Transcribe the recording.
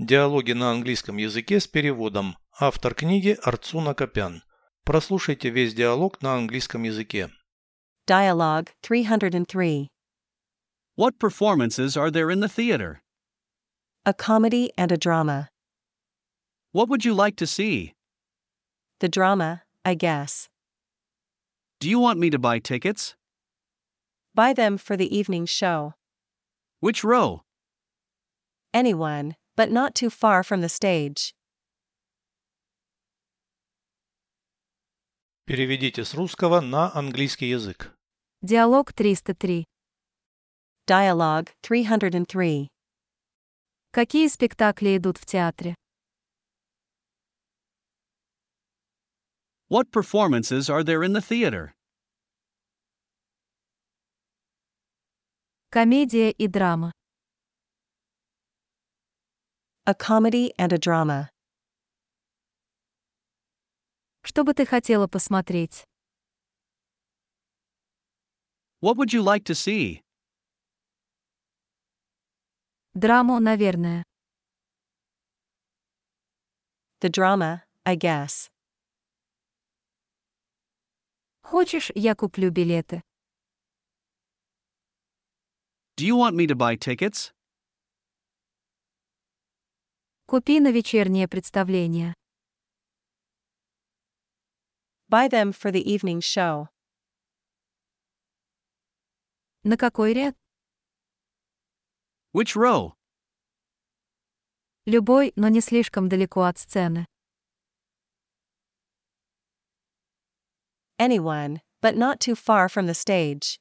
Диалоги на английском языке с переводом. Автор книги Арцуна Копян. Прослушайте весь диалог на английском языке. Dialogue 303 What performances are there in the theater? A comedy and a drama. What would you like to see? The drama, I guess. Do you want me to buy tickets? Buy them for the evening show. Which row? Anyone, but not too far from the stage. Переведите с русского на английский язык. Диалог 303. Dialogue 303 Какие спектакли идут в театре? What performances are there in the theater? Комедия и драма. A comedy and a drama. Что бы ты хотела посмотреть? What would you like to see? Драму, наверное. The drama, I guess. Хочешь, я куплю билеты? Do you want me to buy tickets? Купи на вечернее представление. Buy them for the evening show. На какой ряд? Which row? Любой, но не слишком далеко от сцены. Anyone, but not too far from the stage.